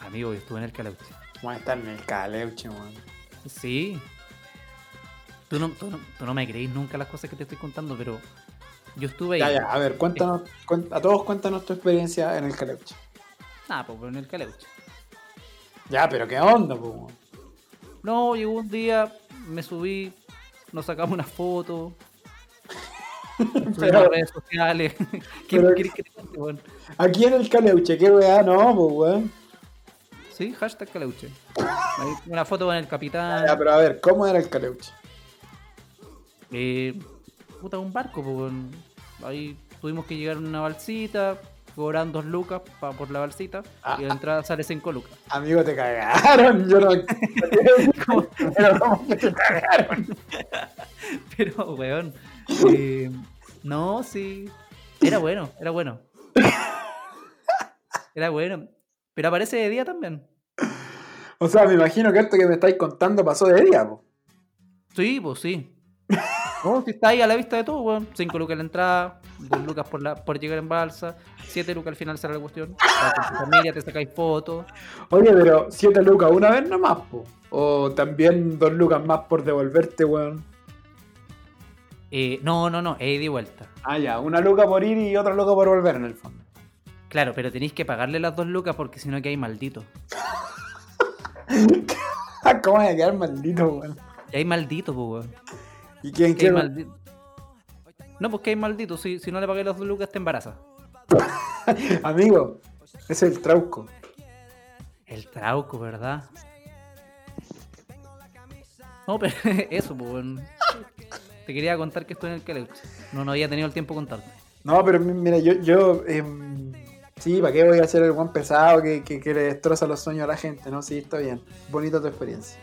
[SPEAKER 1] Amigo, yo estuve en el Caleuche.
[SPEAKER 2] ¿Cómo va a estar en el caleuche, weón?
[SPEAKER 1] Sí. Tú no, tú, no, tú no me creís nunca las cosas que te estoy contando, pero yo estuve ahí.
[SPEAKER 2] Ya, ya, a ver, cuéntanos, cuen- a todos cuéntanos tu experiencia en el caleuche.
[SPEAKER 1] Ah, pues en el Caleuche.
[SPEAKER 2] Ya, pero qué onda, po, weón.
[SPEAKER 1] No, llegó un día, me subí, nos sacamos una foto. subimos a redes sociales. ¿Qué
[SPEAKER 2] pero-
[SPEAKER 1] querés que te cuente, weón?
[SPEAKER 2] Aquí en el caleuche, qué weá, no, po, weón.
[SPEAKER 1] Sí, hashtag Caleuche. Ahí tengo una foto con el capitán.
[SPEAKER 2] Ya, pero a ver, ¿cómo era el caleuche?
[SPEAKER 1] Eh, puta, un barco, pues, weón. Ahí tuvimos que llegar en una balsita, cobran dos lucas pa- por la balsita,
[SPEAKER 2] Ah,
[SPEAKER 1] y la entrada sale cinco lucas.
[SPEAKER 2] Amigo, te cagaron, yo no. pero ¿cómo que te cagaron?
[SPEAKER 1] Pero, weón, eh, no, sí. Era bueno, era bueno. Era bueno. Pero aparece de día también.
[SPEAKER 2] O sea, me imagino que esto que me estáis contando pasó de día, po.
[SPEAKER 1] Sí, pues sí. No, si está ahí a la vista de todo, weón. Cinco lucas la entrada, dos lucas por, la, por llegar en balsa, siete lucas al final será la cuestión. Estás con tu familia, te sacáis fotos.
[SPEAKER 2] Oye, pero 7 lucas una vez nomás, po. O también 2 lucas más por devolverte, weón.
[SPEAKER 1] Eh, no, no, no, es ida y vuelta.
[SPEAKER 2] Ah, ya, una luca por ir y otra luca por volver en el fondo.
[SPEAKER 1] Claro, pero tenéis que pagarle las dos lucas porque si no que hay maldito.
[SPEAKER 2] Ah, ¿Cómo voy a quedar maldito, weón?
[SPEAKER 1] Que hay maldito, pues, weón.
[SPEAKER 2] ¿Y quién
[SPEAKER 1] Que hay
[SPEAKER 2] quiere?
[SPEAKER 1] maldito. No, pues que hay maldito. Si, si no le pagáis las dos lucas, te embaraza.
[SPEAKER 2] Amigo, es el trauco.
[SPEAKER 1] El trauco, ¿verdad? No, pero eso, pues, weón. Te quería contar que estoy en el Caleuche. No, no había tenido el tiempo de contarte.
[SPEAKER 2] No, pero mi- mira, yo. yo em, sí, ¿para qué voy a ser el buen pesado que, que, que le destroza los sueños a la gente? No, sí, está bien. Bonita tu experiencia.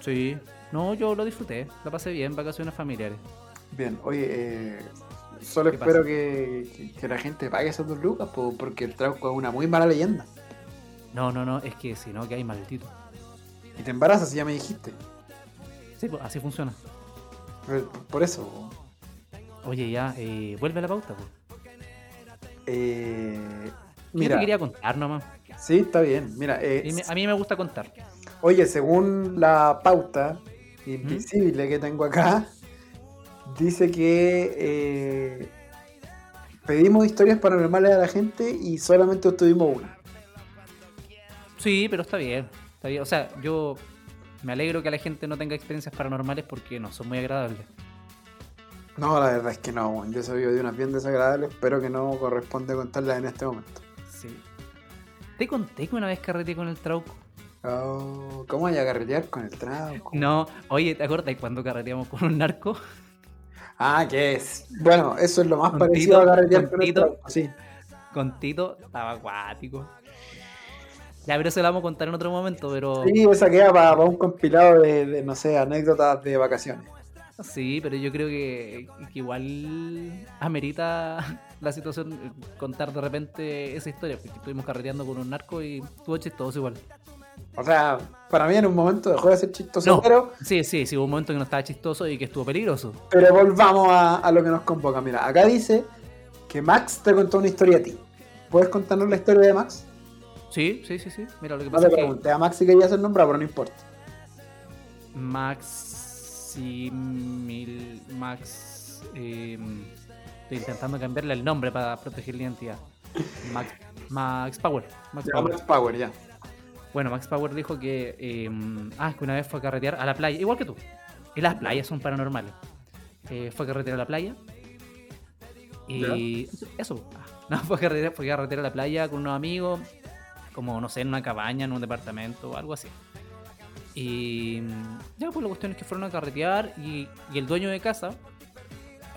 [SPEAKER 1] Sí. No, yo lo disfruté. La pasé bien, vacaciones familiares.
[SPEAKER 2] Bien, oye, eh, solo
[SPEAKER 1] ¿Qué
[SPEAKER 2] espero
[SPEAKER 1] pasa?
[SPEAKER 2] que, que- que la gente pague esas dos lucas, po, porque el trauco es una muy mala leyenda.
[SPEAKER 1] No, no, no, es que si no, que hay maldito.
[SPEAKER 2] Y te embarazas, ya me dijiste.
[SPEAKER 1] Sí, pues, así funciona.
[SPEAKER 2] Por- Por eso. po.
[SPEAKER 1] Oye, ya, eh, vuelve a la pauta, pues.
[SPEAKER 2] Eh,
[SPEAKER 1] Mira. Yo
[SPEAKER 2] mira,
[SPEAKER 1] te quería contar nomás.
[SPEAKER 2] sí, está bien. Mira, eh,
[SPEAKER 1] Y me- A mí me gusta contar.
[SPEAKER 2] oye, según la pauta invisible que tengo acá, dice que eh, pedimos historias paranormales a la gente y solamente obtuvimos una.
[SPEAKER 1] Sí, pero está bien. Está bien. O sea, yo me alegro que la gente no tenga experiencias paranormales porque no son muy agradables.
[SPEAKER 2] No, la verdad es que no, weón. yo he sabido de unas bien desagradables, pero que no corresponde contarlas en este momento.
[SPEAKER 1] Sí. Te conté que una vez carreteé con el trauco.
[SPEAKER 2] Oh, ¿Cómo voy a carretear con el trauco?
[SPEAKER 1] No, oye, ¿te acuerdas cuando carreteamos con un narco?
[SPEAKER 2] Ah, ¿qué es? Bueno, eso es lo más
[SPEAKER 1] Tontito,
[SPEAKER 2] parecido a carretear con el
[SPEAKER 1] tontito.
[SPEAKER 2] trauco, sí.
[SPEAKER 1] Con Tito, estaba acuático. Ya, pero se lo vamos a contar en otro momento, pero.
[SPEAKER 2] Sí, esa queda para, un compilado de, de, no sé, anécdotas de vacaciones.
[SPEAKER 1] Sí, pero yo creo que, que igual amerita la situación eh, contar de repente esa historia, porque estuvimos carreteando con un narco y estuvo chistoso igual.
[SPEAKER 2] O sea, para mí en un momento dejó de ser chistoso,
[SPEAKER 1] No.
[SPEAKER 2] pero,
[SPEAKER 1] Sí, sí, sí, hubo un momento que no estaba chistoso y que estuvo peligroso.
[SPEAKER 2] pero volvamos a, a lo que nos convoca. Mira, acá dice que Max te contó una historia a ti. ¿Puedes contarnos la historia de Max?
[SPEAKER 1] Sí, sí, sí, sí. Mira, lo que
[SPEAKER 2] No
[SPEAKER 1] pasa
[SPEAKER 2] te
[SPEAKER 1] es que
[SPEAKER 2] pregunté a Max si quería ser nombrado, pero no importa.
[SPEAKER 1] Maximil. Max. eh, estoy intentando cambiarle el nombre para proteger la identidad. Max, Max Power. Max
[SPEAKER 2] Ya,
[SPEAKER 1] Power.
[SPEAKER 2] Max Power, ya.
[SPEAKER 1] Bueno, Max Power dijo que. eh, ah, que una vez fue a carretear a la playa, igual que tú. Y las playas son paranormales. Eh, fue a carretear a la playa. Y. Eso, ah, No, fue carretera, fue carretera a la playa con unos amigos, como no sé, en una cabaña, en un departamento, algo así. Y ya, pues la cuestión es que fueron a carretear y, y el dueño de casa,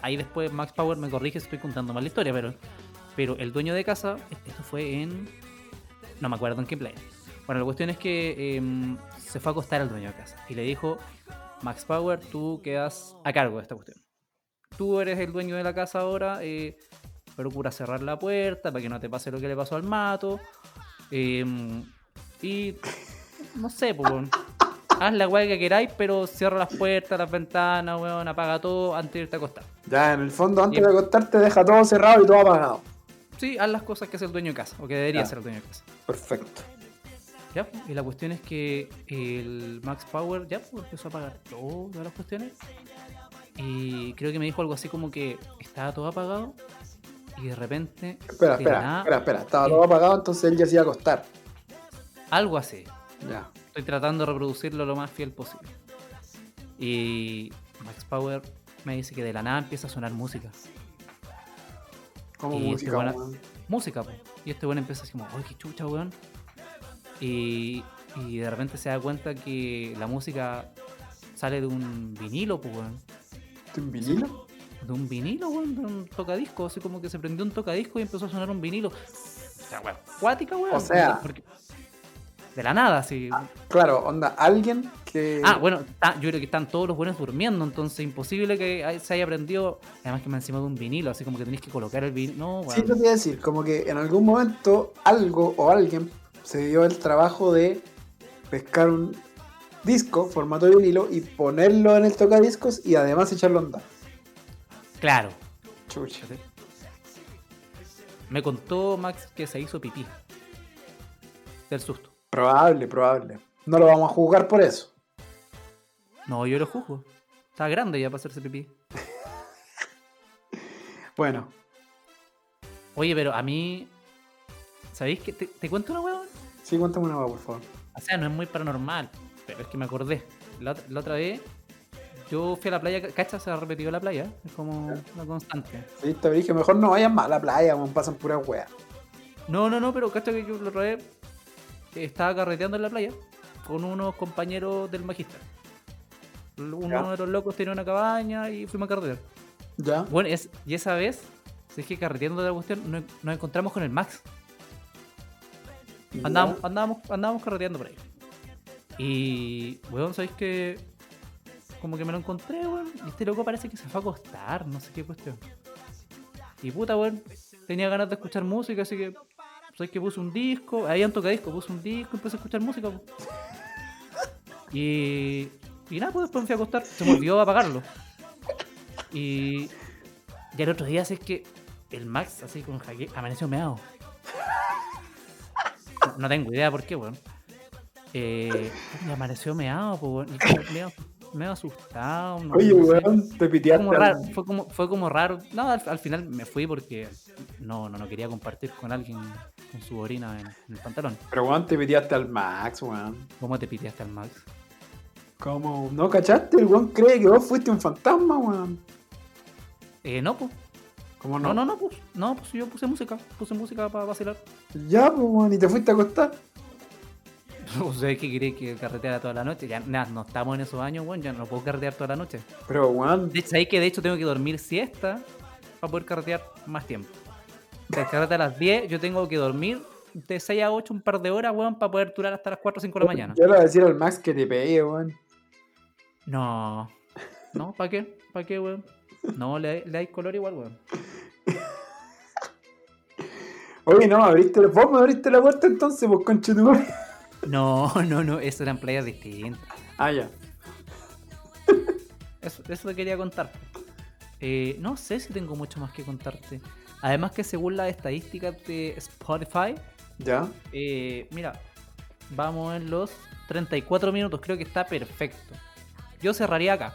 [SPEAKER 1] ahí después Max Power me corrige si estoy contando mal la historia, pero, pero el dueño de casa, esto fue en. No me acuerdo en qué playa. Bueno, la cuestión es que eh, se fue a acostar al dueño de casa y le dijo: Max Power, tú quedas a cargo de esta cuestión. Tú eres el dueño de la casa ahora, eh, procura cerrar la puerta para que no te pase lo que le pasó al mato. eh, y. No sé, pues. Haz la weá que queráis, pero cierra las puertas, las ventanas, weón, apaga todo antes de irte a acostar.
[SPEAKER 2] Ya, en el fondo, antes
[SPEAKER 1] Bien.
[SPEAKER 2] de acostarte, deja todo cerrado y todo apagado.
[SPEAKER 1] Sí, haz las cosas que hace el dueño de casa, o que debería
[SPEAKER 2] Ya.
[SPEAKER 1] hacer el dueño de casa.
[SPEAKER 2] Perfecto.
[SPEAKER 1] Ya, pues, y la cuestión es que el Max Power ya pues, empezó a apagar todo, todas las cuestiones. Y creo que me dijo algo así como que estaba todo apagado. Y de repente.
[SPEAKER 2] Espera,
[SPEAKER 1] de
[SPEAKER 2] espera,
[SPEAKER 1] nada-
[SPEAKER 2] espera, espera. Estaba
[SPEAKER 1] Sí.
[SPEAKER 2] todo apagado, entonces él ya se iba a acostar.
[SPEAKER 1] Algo así.
[SPEAKER 2] Ya.
[SPEAKER 1] Estoy tratando de reproducirlo lo más fiel posible. Y Max Power me dice que de la nada empieza a sonar música.
[SPEAKER 2] Como
[SPEAKER 1] Y
[SPEAKER 2] música,
[SPEAKER 1] este weón-
[SPEAKER 2] weón.
[SPEAKER 1] música, po. Y este weón empieza así como, ¡ay, qué chucha, weón! Y, y de repente se da cuenta que la música sale de un vinilo, po, weón.
[SPEAKER 2] ¿Esto es vinilo?
[SPEAKER 1] De un vinilo, weón, de un tocadisco. Así como que se prendió un tocadisco y empezó a sonar un vinilo. O sea, weón, cuática, weón.
[SPEAKER 2] O sea. ah,
[SPEAKER 1] Porque- de la nada, así.
[SPEAKER 2] Claro, onda, alguien que.
[SPEAKER 1] Ah, bueno, está- yo creo que están todos los buenos durmiendo, entonces imposible que hay- se haya aprendido. Además que me encima de un vinilo, así como que tenés que colocar el vinilo. No,
[SPEAKER 2] Sí,
[SPEAKER 1] weón.
[SPEAKER 2] te voy a decir, como que en algún momento algo o alguien se dio el trabajo de pescar un disco, formato de vinilo, y ponerlo en el tocadiscos y además echarlo a andar.
[SPEAKER 1] Claro.
[SPEAKER 2] Chucha.
[SPEAKER 1] Me contó Max que se hizo pipí. Del susto.
[SPEAKER 2] Probable, probable. No lo vamos a juzgar por eso.
[SPEAKER 1] No, yo lo juzgo. Está grande ya para hacerse pipí.
[SPEAKER 2] Bueno,
[SPEAKER 1] Oye, pero a mí. ¿Sabéis que te, te cuento una hueá?
[SPEAKER 2] sí, cuéntame una más, por favor.
[SPEAKER 1] O sea, no es muy paranormal, pero es que me acordé. La, ot- la otra vez, yo fui a la playa, cacha se ha repetido la playa, es como una constante.
[SPEAKER 2] Sí, te dije, mejor no vayan más a la playa, weón, pasan pura wea.
[SPEAKER 1] No, no, no, pero cacha que yo la otra vez eh, estaba carreteando en la playa con unos compañeros del magista. Uno
[SPEAKER 2] Ya.
[SPEAKER 1] de los locos tenía una cabaña y fuimos a carretear.
[SPEAKER 2] ¿Ya?
[SPEAKER 1] Bueno, es, y esa vez, si es que carreteando la cuestión, nos, nos encontramos con el Max. Andábamos, andábamos, andábamos carreteando por ahí. Y, weón, ¿sabéis que Como que me lo encontré, weón. Y este loco parece que se fue a acostar, no sé qué cuestión. Y puta, weón, tenía ganas de escuchar música, así que. ¿Sabéis que puse un disco? Ahí en tocadisco, puse un disco, empecé a escuchar música, po. Y. Y nada, pues después me fui a acostar. Se me olvidó apagarlo. Y. Ya el otro día, así es que. El Max, así con jaque, amaneció meado. No, no tengo idea por qué, weón. Eh, y amaneció meado, pues, weón. Y como medio, medio asustado. no-
[SPEAKER 2] Oye,
[SPEAKER 1] no sé.
[SPEAKER 2] weón, te
[SPEAKER 1] Fue
[SPEAKER 2] piteaste.
[SPEAKER 1] como raro, fue como, fue como raro. No, al, al final me fui porque no, no, no quería compartir con alguien con su orina en, en el pantalón.
[SPEAKER 2] Pero weón, te piteaste al Max, weón.
[SPEAKER 1] ¿Cómo te piteaste al Max?
[SPEAKER 2] ¿Cómo? ¿No cachaste? El weón cree que vos fuiste un fantasma, weón.
[SPEAKER 1] Eh, no, pues.
[SPEAKER 2] ¿Cómo
[SPEAKER 1] No, no, no, pues. No, pues yo puse música. Puse música para vacilar.
[SPEAKER 2] Ya, pues, weón, y te fuiste a acostar.
[SPEAKER 1] O sea, que quería que carreteara toda la noche. Ya nada, no estamos en esos años, weón. Ya no puedo carretear toda la noche.
[SPEAKER 2] Pero, weón,
[SPEAKER 1] De hecho, ahí que de hecho tengo que dormir siesta para poder carretear más tiempo. Se carrete a las 10, yo tengo que dormir de 6 a 8 un par de horas, weón, para poder durar hasta las 4 o 5 de la mañana.
[SPEAKER 2] yo le voy a decir al Max que te pegue, weón.
[SPEAKER 1] No. No, ¿para qué? ¿Para qué, weón? No, le, le dais color igual, weón.
[SPEAKER 2] Oye, no, abriste la... vos me abriste la puerta entonces, pues, conche tu madre.
[SPEAKER 1] No, no, no, eso eran playas distintas.
[SPEAKER 2] Ah, ya.
[SPEAKER 1] Eso, eso te quería contar. Eh, no sé si tengo mucho más que contarte. Además que según las estadísticas de Spotify,
[SPEAKER 2] Ya.
[SPEAKER 1] eh, mira, vamos en los 34 minutos, creo que está perfecto. Yo cerraría acá.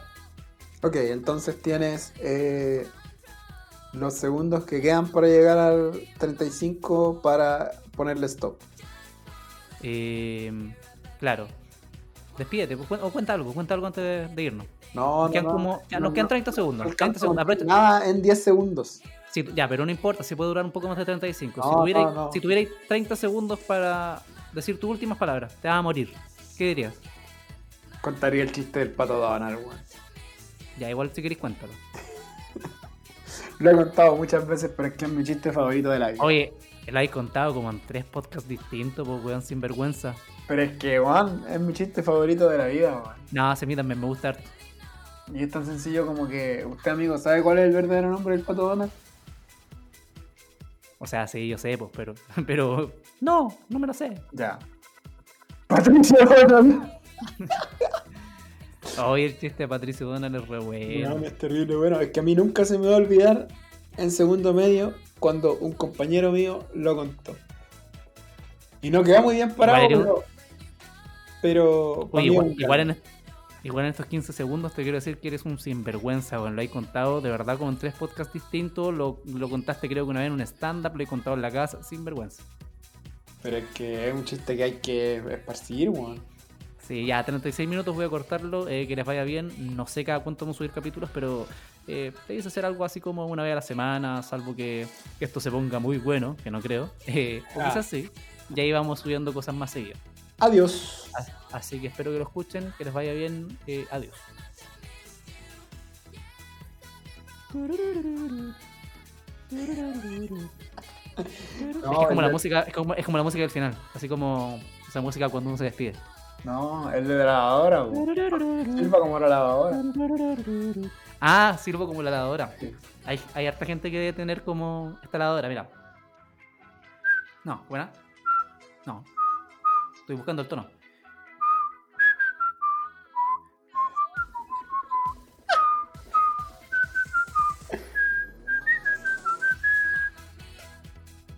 [SPEAKER 2] Ok, entonces tienes eh, los segundos que quedan para llegar al 35 para ponerle stop.
[SPEAKER 1] Eh, claro. Despídete, pues, cuen- o cuenta algo, cuenta algo antes de- de irnos.
[SPEAKER 2] No, no,
[SPEAKER 1] Quedan
[SPEAKER 2] no,
[SPEAKER 1] como- ya
[SPEAKER 2] no,
[SPEAKER 1] nos quedan
[SPEAKER 2] no.
[SPEAKER 1] 30 segundos.
[SPEAKER 2] No
[SPEAKER 1] 30
[SPEAKER 2] alcanzo
[SPEAKER 1] segundos.
[SPEAKER 2] a
[SPEAKER 1] Aprovecha,
[SPEAKER 2] nada en 10 segundos.
[SPEAKER 1] Si, ya, pero no importa, si puede durar un poco más de 35. si, tuvierais no, no. si tuviera 30 segundos para decir tus últimas palabras, te vas a morir. ¿Qué dirías?
[SPEAKER 2] Contaría el chiste del pato de Habanar, weón.
[SPEAKER 1] Ya, igual si queréis, cuéntalo.
[SPEAKER 2] Lo he contado muchas veces, pero es que es mi chiste favorito de la vida.
[SPEAKER 1] Oye, lo habéis contado como en tres podcasts distintos, pues, weón, sin vergüenza.
[SPEAKER 2] Pero es que, weón, es mi chiste favorito de la vida, weón.
[SPEAKER 1] No, se mí también me gusta harto.
[SPEAKER 2] Y es tan sencillo como que, ¿usted, amigo, sabe cuál es el verdadero nombre del pato Donald?
[SPEAKER 1] O sea, sí, yo sé, pues, pero. Pero. No, no me lo sé.
[SPEAKER 2] Ya. Patricio Donald.
[SPEAKER 1] Oye, el chiste de Patricio Donald es re bueno.
[SPEAKER 2] No, es terrible. Bueno, es que a mí nunca se me va a olvidar en segundo medio cuando un compañero mío lo contó. Y no queda muy bien parado,
[SPEAKER 1] Igual era un-
[SPEAKER 2] pero. pero
[SPEAKER 1] Oye,
[SPEAKER 2] para mí
[SPEAKER 1] igual,
[SPEAKER 2] es un
[SPEAKER 1] igual
[SPEAKER 2] gran-
[SPEAKER 1] en, este- igual en estos 15 segundos te quiero decir que eres un sinvergüenza, weón. Lo he contado de verdad como en tres podcasts distintos. Lo, lo contaste creo que una vez en un stand-up, lo he contado en la casa, sinvergüenza.
[SPEAKER 2] Pero es que es un chiste que hay que esparcir, weón.
[SPEAKER 1] Sí, ya, 36 minutos voy a cortarlo, eh, que les vaya bien. No sé cada cuánto vamos a subir capítulos, pero eh, te dice hacer algo así como una vez a la semana, salvo que, que esto se ponga muy bueno, que no creo. eh, o
[SPEAKER 2] Ah.
[SPEAKER 1] quizás sí. Y ahí vamos subiendo cosas más seguidas.
[SPEAKER 2] Adiós.
[SPEAKER 1] Así- Así que espero que lo escuchen, que les vaya bien. eh, adiós. es, como la
[SPEAKER 2] el-
[SPEAKER 1] música, es, como, es como la música del final, así como esa música cuando uno se despide.
[SPEAKER 2] No, el de la lavadora, weón. Silva como la lavadora.
[SPEAKER 1] Ah, sirvo como la lavadora.
[SPEAKER 2] Sí.
[SPEAKER 1] Hay, hay harta gente que debe tener como esta lavadora, mira. No, buena. No. Estoy buscando el tono.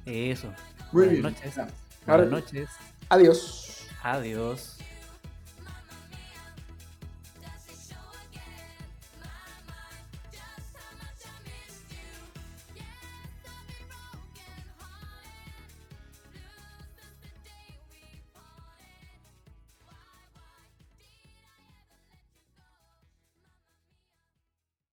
[SPEAKER 1] Eso.
[SPEAKER 2] Muy
[SPEAKER 1] Buenas
[SPEAKER 2] bien.
[SPEAKER 1] noches.
[SPEAKER 2] Ya.
[SPEAKER 1] Buenas
[SPEAKER 2] Ahora-
[SPEAKER 1] noches.
[SPEAKER 2] Adiós.
[SPEAKER 1] Adiós.